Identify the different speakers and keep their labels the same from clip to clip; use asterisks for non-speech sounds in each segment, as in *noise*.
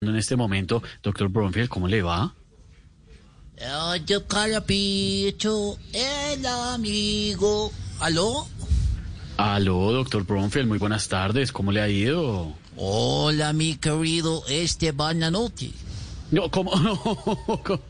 Speaker 1: En este momento, doctor Bromfield, ¿cómo le va?
Speaker 2: Ah, Yo carapito, el amigo. ¿Aló?
Speaker 1: Aló, doctor Bromfield, muy buenas tardes, ¿cómo le ha ido?
Speaker 2: Hola, mi querido Esteban Anotti.
Speaker 1: No, ¿cómo? *laughs* ¿Cómo?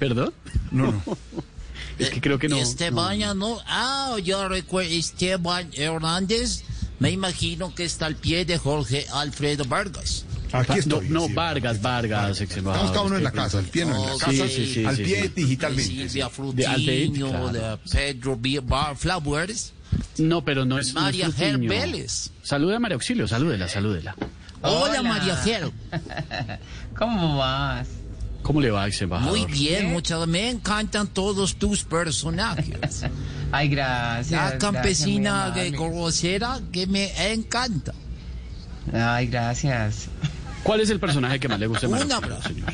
Speaker 1: ¿Perdón?
Speaker 3: No, no.
Speaker 1: *laughs* Es que
Speaker 2: Eh,
Speaker 1: creo que no.
Speaker 2: Esteban Ano- Ah, yo recuerdo Esteban Hernández. Me imagino que está al pie de Jorge Alfredo Vargas.
Speaker 3: Aquí
Speaker 1: Ah, No,
Speaker 3: estoy.
Speaker 1: no,
Speaker 3: sí.
Speaker 1: Vargas, Vargas, ex
Speaker 3: Estamos cada uno en la casa, al
Speaker 1: embajador.
Speaker 3: pie no, en la
Speaker 2: Ok.
Speaker 3: casa,
Speaker 2: Sí, sí, sí,
Speaker 3: al
Speaker 1: Oh, sí,
Speaker 3: pie
Speaker 1: sí.
Speaker 2: De
Speaker 3: digitalmente. sí.
Speaker 2: Silvia
Speaker 1: Aldeín,
Speaker 2: Frutinho,
Speaker 1: claro.
Speaker 2: de Pedro B- Bar Flowers,
Speaker 1: No, pero no es. no es
Speaker 2: María Ger
Speaker 1: Frutinho.
Speaker 2: Vélez.
Speaker 1: Salude a María Auxilio, salúdela, salúdela.
Speaker 2: Hola,
Speaker 4: Hola.
Speaker 2: María Ger.
Speaker 4: ¿Cómo vas?
Speaker 1: ¿Cómo le va, ex embajador?
Speaker 2: Muy bien, muchas Me encantan todos tus personajes.
Speaker 4: Ay, gracias.
Speaker 2: La
Speaker 4: gracias,
Speaker 2: campesina
Speaker 4: muy
Speaker 2: de
Speaker 4: amable.
Speaker 2: Gorrocera que me encanta.
Speaker 4: Ay, gracias.
Speaker 1: ¿Cuál es el personaje que más le gusta a María
Speaker 2: Un
Speaker 1: Auxilio,
Speaker 2: abrazo.
Speaker 1: señor?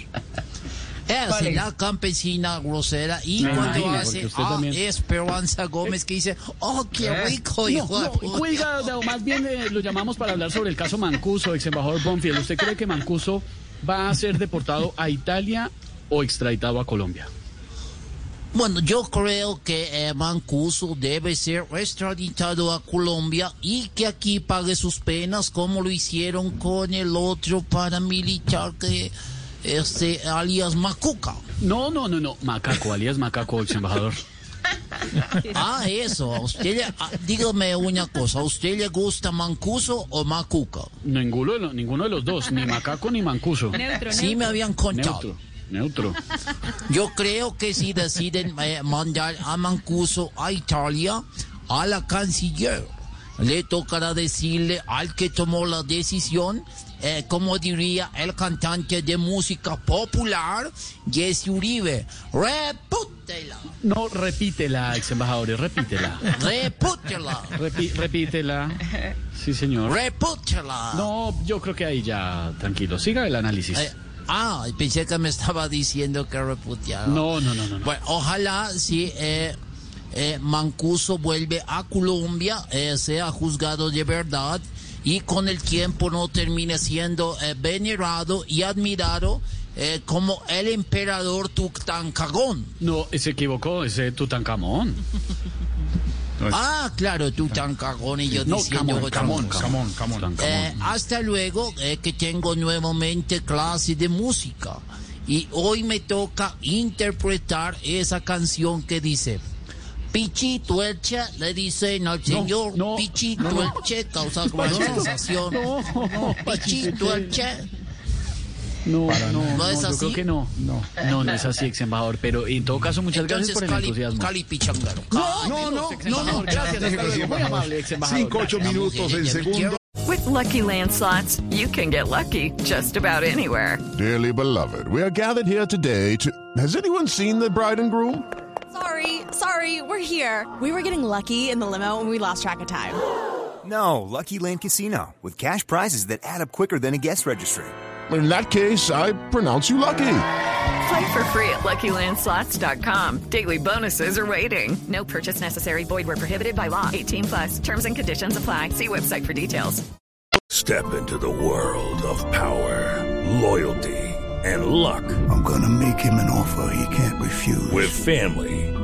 Speaker 2: Es
Speaker 4: ¿Cuál es?
Speaker 2: la campesina grosera y
Speaker 1: Me
Speaker 2: cuando
Speaker 1: imagino, porque
Speaker 2: hace
Speaker 1: usted
Speaker 2: a
Speaker 1: también-
Speaker 2: Esperanza Gómez que dice, oh, qué
Speaker 4: ¿Eh?
Speaker 2: rico,
Speaker 1: No,
Speaker 2: hijo de
Speaker 1: no,
Speaker 2: puta".
Speaker 1: oiga, no, más bien eh, lo llamamos para hablar sobre el caso Mancuso, ex embajador Bonfield. ¿Usted cree que Mancuso va a ser deportado a Italia o extraditado a Colombia?
Speaker 2: Bueno, yo creo que eh, Mancuso debe ser extraditado a Colombia y que aquí pague sus penas como lo hicieron con el otro paramilitar que, este, alias Macuca.
Speaker 1: No, no, no, no. Macaco, alias Macaco, ex embajador.
Speaker 2: Ah, eso. A usted, le- ah, dígame una cosa. ¿A usted le gusta Mancuso o Macuca?
Speaker 1: Ninguno de, los, ninguno de los dos, ni Macaco ni Mancuso.
Speaker 2: Sí me habían contado.
Speaker 1: Neutro, neutro.
Speaker 2: Yo creo que si deciden eh, mandar a Mancuso a Italia, a la canciller, le tocará decirle al que tomó la decisión, eh, como diría el cantante de música popular, Jesse Uribe, repútela,
Speaker 1: No, repítela, ex embajadores, repítela.
Speaker 2: repútela,
Speaker 1: Repi- repítela. Sí, señor.
Speaker 2: repútela.
Speaker 1: No, yo creo que ahí ya, tranquilo. Siga el
Speaker 2: Eh,
Speaker 1: análisis.
Speaker 2: ah, pensé que me estaba diciendo que reputeara.
Speaker 1: No, no, no, no. no.
Speaker 2: Bueno, ojalá si eh, eh, Mancuso vuelve a Colombia, eh, sea juzgado de verdad y con el tiempo no termine siendo eh, venerado y admirado eh, como el emperador Tutankamón.
Speaker 1: No, se equivocó, ese Tutankamón.
Speaker 2: Ah, claro, Tutankamón y yo
Speaker 1: Pues, No,
Speaker 2: diciendo
Speaker 1: Camón,
Speaker 2: otra
Speaker 1: Camón,
Speaker 2: cosa.
Speaker 3: Camón, camón.
Speaker 2: Eh, hasta luego, eh, que tengo nuevamente clase de música. Y hoy me toca interpretar esa canción que dice. Pichi tuercha le dicen al señor
Speaker 1: no,
Speaker 2: Pichi tuerche causa gran sensación.
Speaker 1: Eh.
Speaker 2: Pichi tuerche.
Speaker 1: No, no,
Speaker 2: ¿No
Speaker 1: no,
Speaker 2: es
Speaker 1: yo
Speaker 2: así?
Speaker 1: creo que no. No, no, es así, ex embajador. Pero en todo caso, muchas gracias
Speaker 2: Entonces,
Speaker 1: por el
Speaker 2: Cali,
Speaker 1: entusiasmo.
Speaker 2: Cali Pichangaro.
Speaker 3: No, no,
Speaker 1: ex
Speaker 3: no, no.
Speaker 1: embajador, gracias, hasta luego. Muy amable, ex embajador.
Speaker 3: Cinco, ocho minutos en segundo.
Speaker 5: With Lucky Land slots, you can get lucky just about anywhere.
Speaker 6: Dearly beloved, we are gathered here today to. Has anyone seen the bride and groom?
Speaker 7: Sorry, sorry, we're here. We were getting lucky in the limo and we lost track of time.
Speaker 8: No, Lucky Land Casino, with cash prizes that add up quicker than a guest registry.
Speaker 6: In that case, I pronounce you lucky.
Speaker 5: Play for free at LuckyLandSlots.com. Daily bonuses are waiting. No purchase necessary. Void where prohibited by law. 18 plus terms and conditions apply. See website for details.
Speaker 9: Step into the world of power, loyalty, and luck
Speaker 8: I'm gonna make him an offer he can't refuse.
Speaker 9: with family,